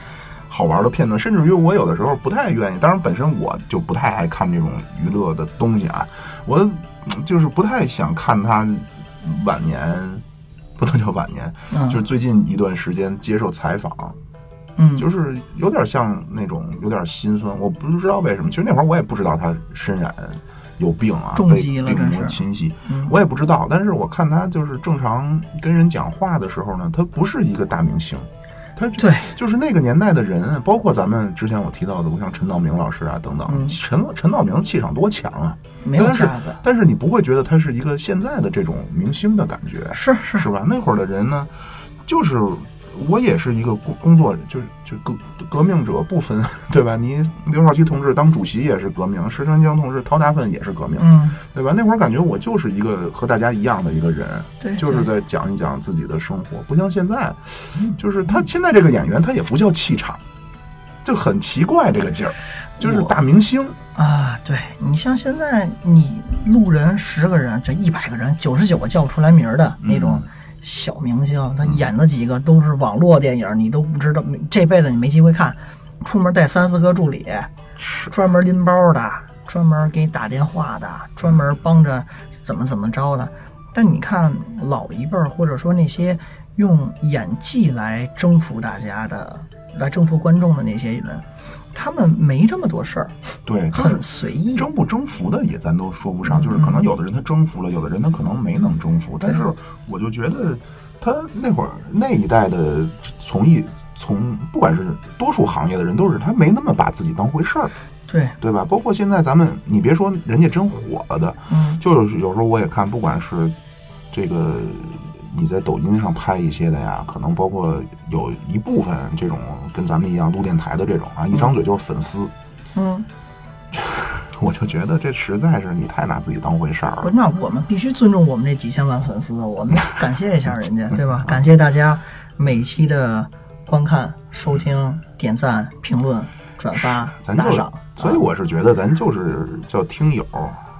好玩的片段，甚至于我有的时候不太愿意，当然本身我就不太爱看这种娱乐的东西啊，我嗯就是不太想看他晚年，不能叫晚年，嗯，就是最近一段时间接受采访，嗯，就是有点像那种有点心酸，我不知道为什么。其实那会儿我也不知道他身染有病啊，重被疾了病这魔是侵袭，嗯我也不知道。但是我看他就是正常跟人讲话的时候呢，他不是一个大明星。他就对就是那个年代的人，包括咱们之前我提到的，像陈道明老师啊等等，嗯陈陈道明气场多强啊！没有但是架子，但是你不会觉得他是一个现在的这种明星的感觉，是是，是吧？那会儿的人呢，就是我也是一个工工作，就是就革革命者不分， 对吧？你刘少奇同志当主席也是革命，石川江同志掏大粪也是革命，嗯，对吧？那会儿感觉我就是一个和大家一样的一个人，对，就是对在讲一讲自己的生活，不像现在，就是他现在这个演员，他也不叫气场，就很奇怪这个劲儿，就是我大明星，啊，对你像现在你路人十个人，这一百个人，九十九个叫不出来名儿的那嗯种。小明星，他演的几个都是网络电影，你都不知道，没这辈子你没机会看。出门带三四个助理，专门拎包的，专门给你打电话的，专门帮着怎么怎么着的。但你看老一辈儿，或者说那些用演技来征服大家的、来征服观众的那些人，他们没这么多事儿，对，就是很随意。征不征服的也咱都说不上，就是嗯可能有的人他征服了，有的人他可能没能征服。但是我就觉得他那会儿那一代的从艺从不管是多数行业的人都是他没那么把自己当回事儿，对，对吧？包括现在咱们，你别说人家真火了的，嗯，就是有时候我也看，不管是这个你在抖音上拍一些的呀，可能包括有一部分这种跟咱们一样录电台的这种啊，一张嘴就是粉丝。嗯， 我就觉得这实在是你太拿自己当回事儿不了是，。那我们必须尊重我们这几千万粉丝，我们感谢一下人 家，对吧？感谢大家每期的观看、收听、点赞、评论、转发、咱打就赏。所以我是觉得咱就是叫听友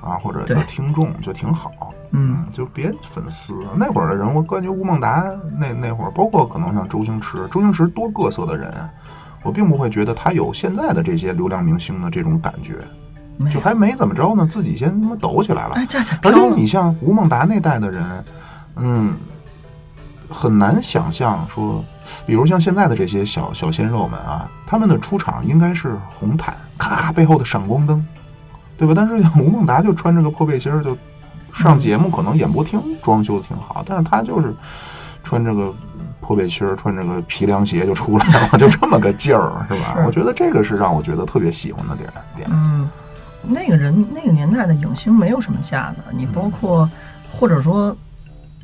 啊，或者叫对听众就挺好。嗯，就别粉丝了那会儿的人，我感觉吴孟达那那会儿，包括可能像周星驰，周星驰多各色的人，我并不会觉得他有现在的这些流量明星的这种感觉，没就有。还没怎么着呢，自己先他妈抖起来了。哎，这这而飘且了你像吴孟达那代的人，嗯，很难想象说，比如像现在的这些小小鲜肉们啊，他们的出场应该是红毯，咔背后的闪光灯，对吧？但是像吴孟达就穿着个破背心儿就上节目，可能演播厅装修的挺好，但是他就是穿着个。破背心儿，穿着个皮凉鞋就出来了，就这么个劲儿，是吧？是我觉得这个是让我觉得特别喜欢的点点。嗯，那个人那个年代的影星没有什么架子，你包括、或者说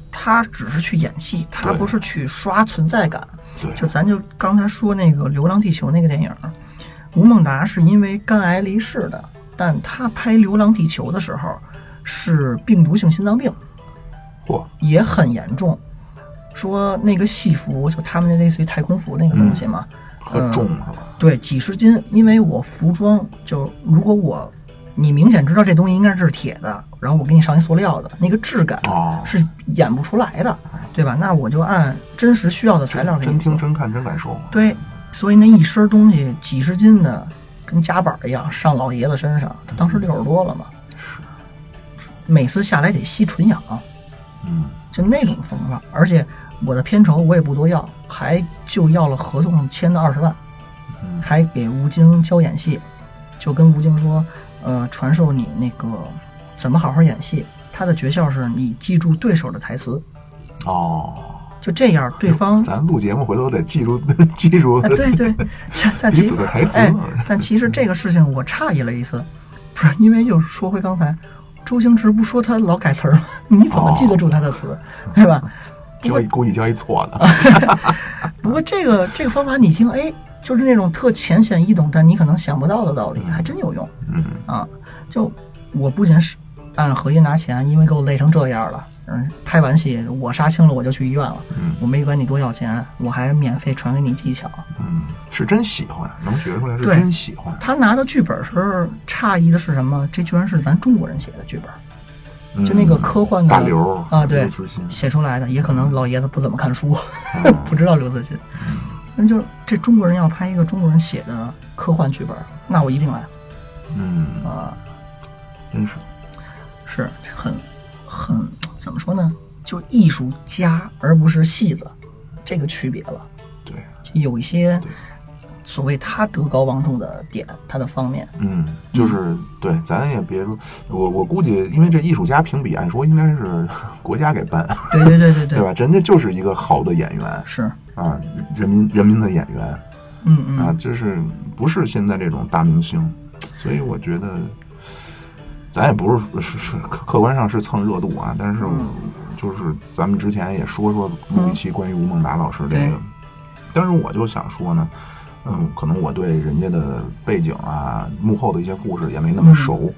他只是去演戏，他对不是去刷存在感。对，就咱就刚才说那个《流浪地球》那个电影儿，吴孟达是因为肝癌离世的，但他拍《流浪地球》的时候是病毒性心脏病，嚯，也很严重。说那个戏服，就他们那类似于太空服那个东西嘛，嗯很重是吧？对，几十斤，因为我服装就如果我你明显知道这东西应该是铁的，然后我给你上一塑料的，那个质感哦，是演不出来的，对吧？那我就按真实需要的材料给真你听做。真看真感受嘛。对，所以那一身东西几十斤的，跟夹板一样上老爷子身上。他当时六十多了嘛，是，每次下来得吸纯氧，嗯，就那种疯法。而且我的片酬我也不多要，还就要了合同签的二十万。嗯还给吴京教演戏，就跟吴京说，呃，传授你那个怎么好好演戏。他的诀窍是你记住对手的台词，哦，就这样，对方咱录节目回头得记住 记住啊，对 对，但彼其实此的台词。哎，但其实这个事情我诧异了一次，不是因为就是说回刚才，周星驰不说他老改词儿吗？你怎么记得住他的词，哦对吧？交一故意交一错的，啊不过这个这个方法你听，哎，就是那种特浅显易懂，但你可能想不到的道理，还真有用。嗯，啊，就我不仅是按合约拿钱，因为给我累成这样了。嗯，拍完戏我杀青了，我就去医院了。嗯我没管你多要钱，我还免费传给你技巧。嗯，是真喜欢，能觉出来是对真喜欢。他拿到剧本时诧异的是什么？这居然是咱中国人写的剧本，嗯就那个科幻的大刘啊，对刘慈欣，写出来的。也可能老爷子不怎么看书， 嗯不知道刘慈欣。那就是这中国人要拍一个中国人写的科幻剧本，那我一定来 嗯，啊、真是，是很很怎么说呢？就艺术家而不是戏子，这个区别了。对，就有一些对所谓他德高望重的点，他的方面，嗯，就是对，咱也别说，我我估计，因为这艺术家评比，按说应该是国家给办，对对对对对对，吧？人家就是一个好的演员是，啊，人民人民的演员，嗯啊，嗯，就是不是现在这种大明星，所以我觉得，咱也不是说是是客客观上是蹭热度啊，但是我嗯就是咱们之前也说说录一期关于吴孟达老师这对个，但是我就想说呢，嗯，可能我对人家的背景啊、幕后的一些故事也没那么嗯熟，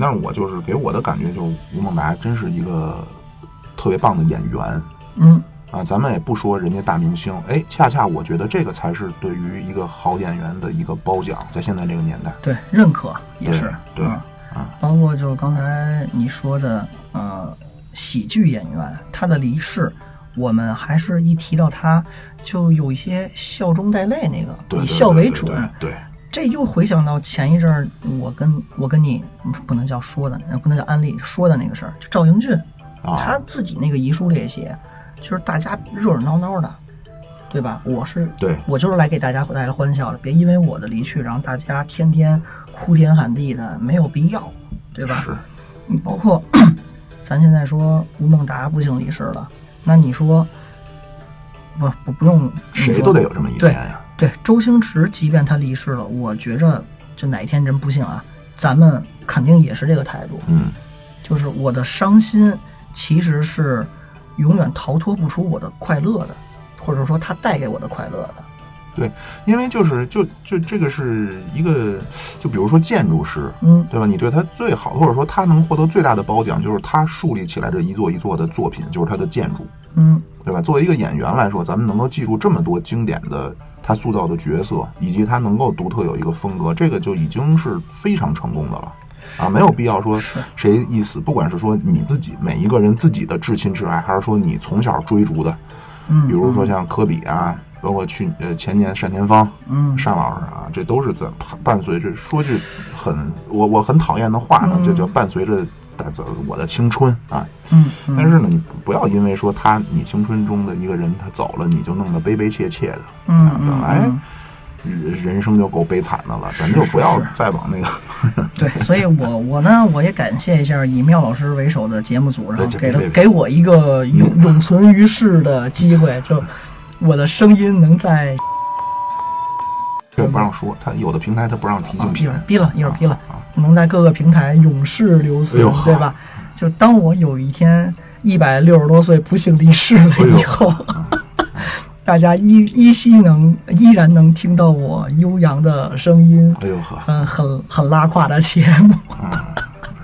但是我就是给我的感觉就是吴孟达真是一个特别棒的演员，嗯啊，咱们也不说人家大明星，哎，恰恰我觉得这个才是对于一个好演员的一个褒奖，在现在这个年代，对，认可也对是，对嗯啊包括就刚才你说的，呃，喜剧演员他的离世，我们还是一提到他，就有一些笑中带泪那个，对，以对笑对为对准，对，对这又回想到前一阵儿，我跟我跟你嗯不能叫说的，不能叫安利说的那个事儿，就赵英俊，他啊，自己那个遗书里也写，就是大家热热闹闹的，对吧？我是对，我就是来给大家带来欢笑的，别因为我的离去让大家天天哭天喊地的，没有必要，对吧？是，你包括 咱现在说吴孟达不幸离世了，那你说不不不用你谁说都得有这么一天呀，嗯对，周星驰即便他离世了，我觉着就哪一天人不幸啊，咱们肯定也是这个态度，嗯，就是我的伤心其实是永远逃脱不出我的快乐的，或者说他带给我的快乐的。对，因为就是就就这个是一个，就比如说建筑师，嗯，对吧？你对他最好，或者说他能获得最大的褒奖，就是他树立起来这一座一座的作品，就是他的建筑，嗯，对吧？作为一个演员来说，咱们能够记住这么多经典的他塑造的角色，以及他能够独特有一个风格，这个就已经是非常成功的了。啊，没有必要说是谁一死，不管是说你自己每一个人自己的至亲至爱，还是说你从小追逐的，嗯，比如说像科比啊，包括去呃前年单田芳，嗯单老师啊，这都是在伴随着说句很我我很讨厌的话呢，这叫伴随着大自我的青春啊。嗯，嗯但是呢，你不要因为说他你青春中的一个人他走了，你就弄得悲悲切切的，嗯啊嗯本来嗯人人生就够悲惨的了，咱是就是不要是再往那个。嗯对，所以我我呢，我也感谢一下以妙老师为首的节目组，然后别给别了别给我一个永永存于世的机会，就我的声音能在这不让说，他有的平台他不让提啊竞逼品了，逼了，一会儿逼了啊，能在各个平台永世留存哎呦，好对吧？就当我有一天一百六十多岁不幸离世了哎呦以后， 大家依依稀能依然能听到我悠扬的声音，哎呦呵，嗯嗯，很很拉胯的节目。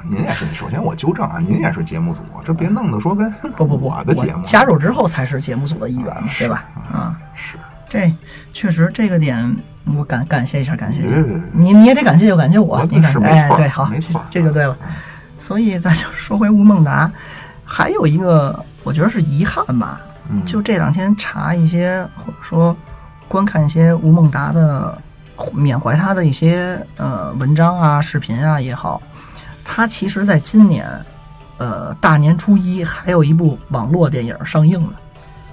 您也是，首先我纠正啊，您也是节目组，这别弄得说跟不不不，我的节目啊加入之后才是节目组的一员嘛，对吧？啊，是这确实这个点我感感谢一下，感谢一下别别别你，你也得感谢我，感谢我我，你嗯感啊是谢没哎错儿对好，没错儿嗯这就对了。所以咱就说回吴孟达，还有一个我觉得是遗憾吧，嗯就这两天查一些或者说观看一些吴孟达的缅怀他的一些呃文章啊、视频啊也好，他其实在今年呃大年初一还有一部网络电影上映呢。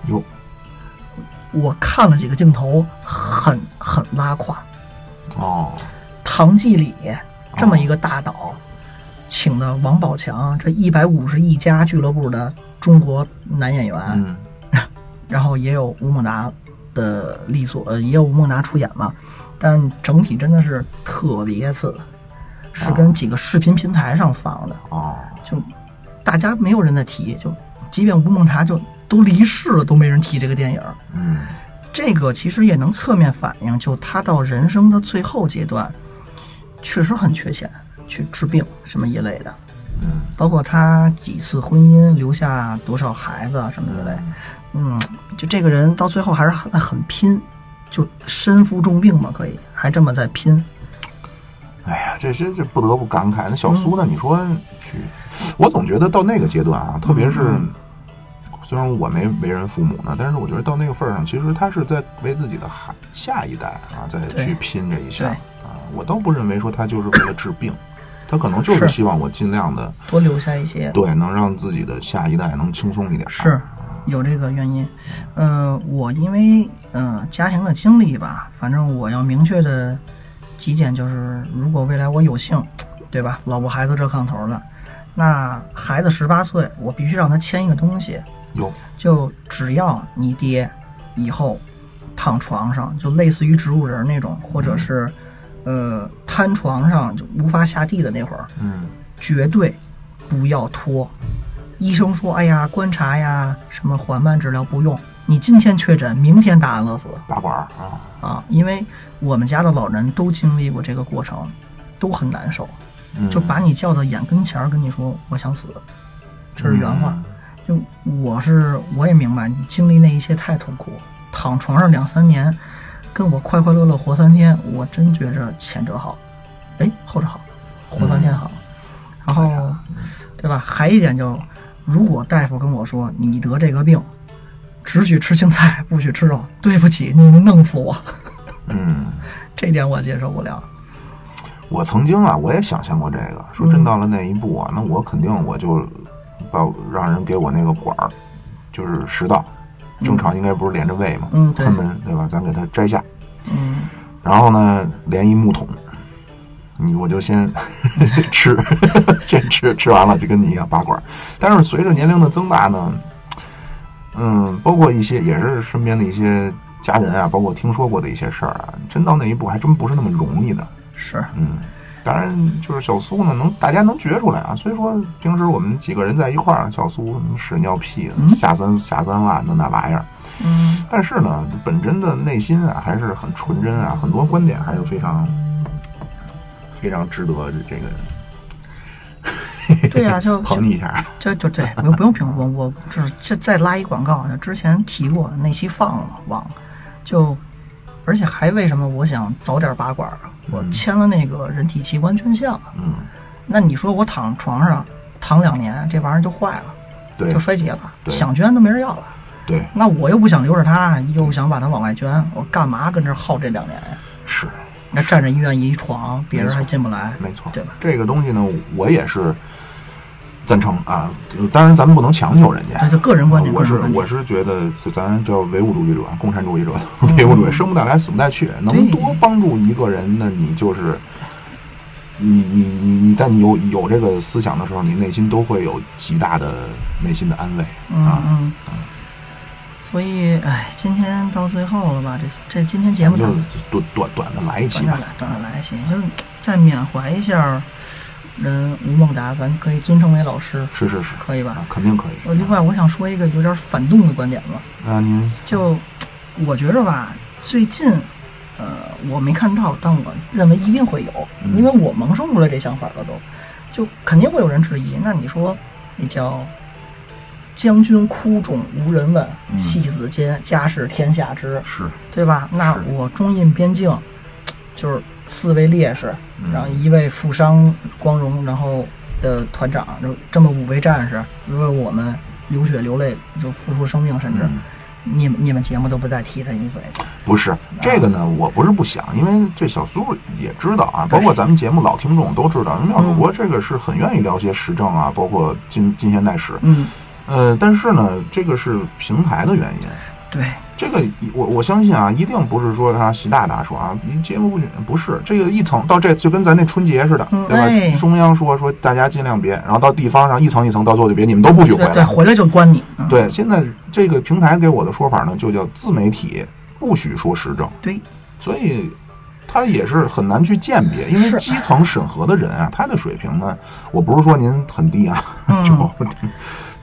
哟，我看了几个镜头，很很拉胯。哦，唐季礼这么一个大导，请的王宝强这一百五十亿家俱乐部的中国男演员，嗯然后也有吴孟达的力作，呃，也有吴孟达出演嘛，但整体真的是特别次，是跟几个视频平台上放的，哦，就大家没有人在提，就即便吴孟达就都离世了，都没人提这个电影儿。嗯这个其实也能侧面反映，就他到人生的最后阶段，确实很缺钱去治病什么一类的，嗯，包括他几次婚姻留下多少孩子啊什么之类，嗯，就这个人到最后还是很很拼，就身负重病嘛，可以还这么在拼，哎呀，这这这不得不感慨。那小苏嗯呢？你说去，我总觉得到那个阶段啊，特别是、嗯虽然我没为人父母呢，但是我觉得到那个份儿上，其实他是在为自己的孩下一代啊，再对去拼这一下对啊。我倒不认为说他就是为了治病，他可能就是是希望我尽量的多留下一些，对，能让自己的下一代能轻松一点。啊是有这个原因。呃，我因为呃家庭的经历吧，反正我要明确的几点就是，如果未来我有幸，对吧，老婆孩子这炕头了，那孩子十八岁，我必须让他签一个东西，有就只要你爹以后躺床上，就类似于植物人那种，或者是呃瘫床上就无法下地的那会儿，嗯绝对不要拖。医生说：“哎呀，观察呀，什么缓慢治疗不用。你今天确诊，明天打安乐死拔管儿啊，啊！因为我们家的老人都经历过这个过程，都很难受，嗯就把你叫到眼跟前儿，跟你说我想死，这是原话。就我是我也明白，你经历那一切太痛苦，躺床上两三年，跟我快快乐乐活三天，我真觉着前者好，哎，后者好，活三天好。然后，对吧？还一点就，如果大夫跟我说你得这个病，只许吃青菜，不许吃肉，对不起，你能弄死我， 嗯。嗯这点我接受不了。我曾经啊，我也想象过这个，说嗯真到了那一步啊，那我肯定我就把让人给我那个管儿，就是食道，正常应该不是连着胃嘛，嗯对看门对吧？咱给它摘下，嗯，然后呢连一木桶，你我就先 吃， 先吃吃完了就跟你一样拔管儿。但是随着年龄的增大呢，嗯，包括一些也是身边的一些家人啊，包括听说过的一些事儿啊，真到那一步还真不是那么容易的。是，嗯，当然就是小苏呢，能大家能觉出来啊。虽说平时我们几个人在一块儿，小苏什么屎尿屁、下三下三滥的那玩意儿，嗯但是呢，本真的内心啊还是很纯真啊，很多观点还是非常非常值得这个对 呀、就就捧你一下。这就对，不用不用评论，我这这再拉一广告，就之前提过那期放了忘了，就而且还为什么我想早点拔管儿，我签了那个人体器官捐献了，嗯，那你说我躺床上躺两年，这玩意儿就坏了，对就衰竭了，对想捐都没人要了。对那我又不想留着它，又想把它往外捐，我干嘛跟这儿耗这两年呀？是那占着医院一床，别人还进不来，没错，对吧？这个东西呢，我也是赞成啊，就当然咱们不能强求人家对，。就个人观点，啊我是个人观点我是觉得，咱叫唯物主义者、共产主义者、唯物主义，生不带来，死不带去，能多帮助一个人，那你就是，你你你你，但你有有这个思想的时候，你内心都会有极大的内心的安慰嗯啊。嗯。所以，哎，今天到最后了吧？这这今天节目就到短短短的来一期短吧点儿来，，短点儿来行，就是再缅怀一下人吴孟达，咱可以尊称为老师，是是是，可以吧啊？，肯定可以。我另外我想说一个有点反动的观点吧，啊，您就我觉着吧，最近呃我没看到，但我认为一定会有，嗯因为我萌生出来这想法了都，就肯定会有人质疑。那你说你叫将军哭冢无人问，嗯戏子间家事天下知，是对吧？那是我中印边境，就是四位烈士，嗯然后一位负伤光荣，然后的团长，就这么五位战士为我们流血流泪，就付出生命，甚至、嗯你们你们节目都不再提他一嘴。不是这个啊呢？我不是不想，因为这小苏也知道嗯啊，包括咱们节目老听众都知道，因为妙主播这个是很愿意聊些时政啊，包括近近现代史。嗯，呃，但是呢，这个是平台的原因。对，这个我我相信啊，一定不是说啊习大大说啊，你节目不许不是这个一层到这就跟咱那春节似的，嗯对吧？哎中央说说大家尽量别，然后到地方上一层一层，到最后就别，你们都不许回对对，来。回来就关你。嗯、对，现在这个平台给我的说法呢，就叫自媒体不许说时政。对，所以他也是很难去鉴别，因为是基层审核的人啊，他的水平呢，我不是说您很低啊， 嗯就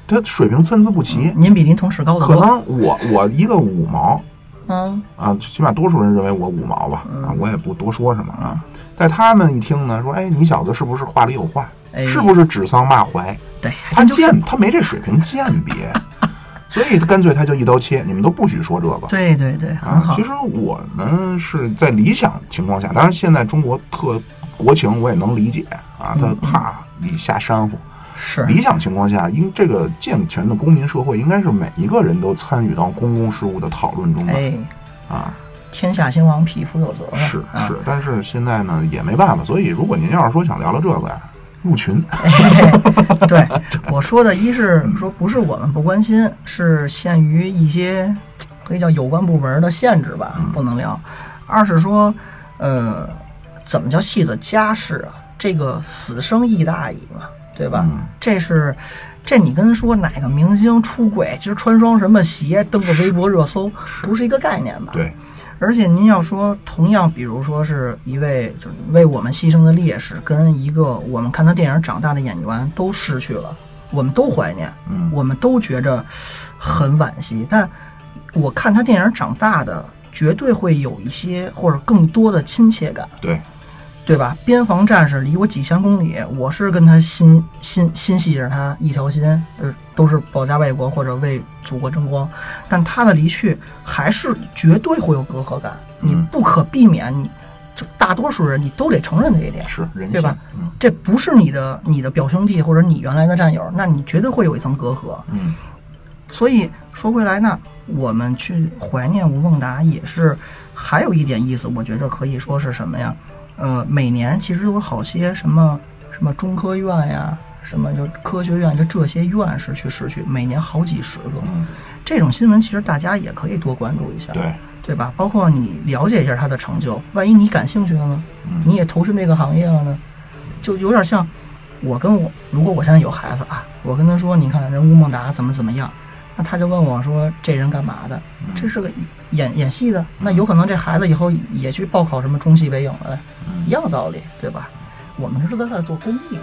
他水平参差不齐，您比您同事高得可多。能我我一个五毛嗯啊，起码多数人认为我五毛吧，啊嗯，我也不多说什么啊。但他们一听呢，说，哎，你小子是不是话里有话？哎是不是指桑骂槐？对，他鉴他没这水平鉴别， 所以干脆他就一刀切，你们都不许说这个。对对对，很啊，好其。实我呢是在理想情况下，当然现在中国特国情我也能理解啊，他嗯怕你下山乎。是，理想情况下，应这个健全的公民社会，应该是每一个人都参与到公共事务的讨论中的哎，啊。天下兴亡，匹夫有责。是啊是，但是现在呢也没办法，所以如果您要是说想聊聊这个呀，入群， 对，我说的一是说不是我们不关心，是限于一些可以叫有关部门的限制吧嗯，不能聊。二是说，呃，怎么叫戏子家事啊？这个死生亦大矣嘛，对吧？嗯这是这你跟说哪个明星出轨，今儿穿双什么鞋，登个微博热搜，不是一个概念吧？对，而且您要说，同样，比如说是一位就是为我们牺牲的烈士，跟一个我们看他电影长大的演员都失去了，我们都怀念，嗯我们都觉着很惋惜。但我看他电影长大的，绝对会有一些或者更多的亲切感，对，对吧？边防战士离我几千公里，我是跟他心心心系着他一条心，呃，都是保家卫国或者为祖国争光。但他的离去还是绝对会有隔阂感，你嗯不可避免，你就大多数人你都得承认这一点，是人对性吧，嗯这不是你的你的表兄弟或者你原来的战友，那你绝对会有一层隔阂。嗯，所以说回来呢，我们去怀念吴孟达也是还有一点意思，我觉着可以说是什么呀？呃，每年其实有好些什么什么中科院呀，什么就科学院，就这些院士去逝去，每年好几十个。嗯这种新闻其实大家也可以多关注一下，对，对吧？包括你了解一下他的成就，万一你感兴趣了呢？嗯你也投身这个行业了呢？就有点像我跟我，如果我现在有孩子啊，我跟他说，你看人吴孟达怎么怎么样，那他就问我说，这人干嘛的？嗯这是个演演戏的，那有可能这孩子以后也去报考什么中戏北影了，嗯一样道理，对吧？我们是在做公益嘛。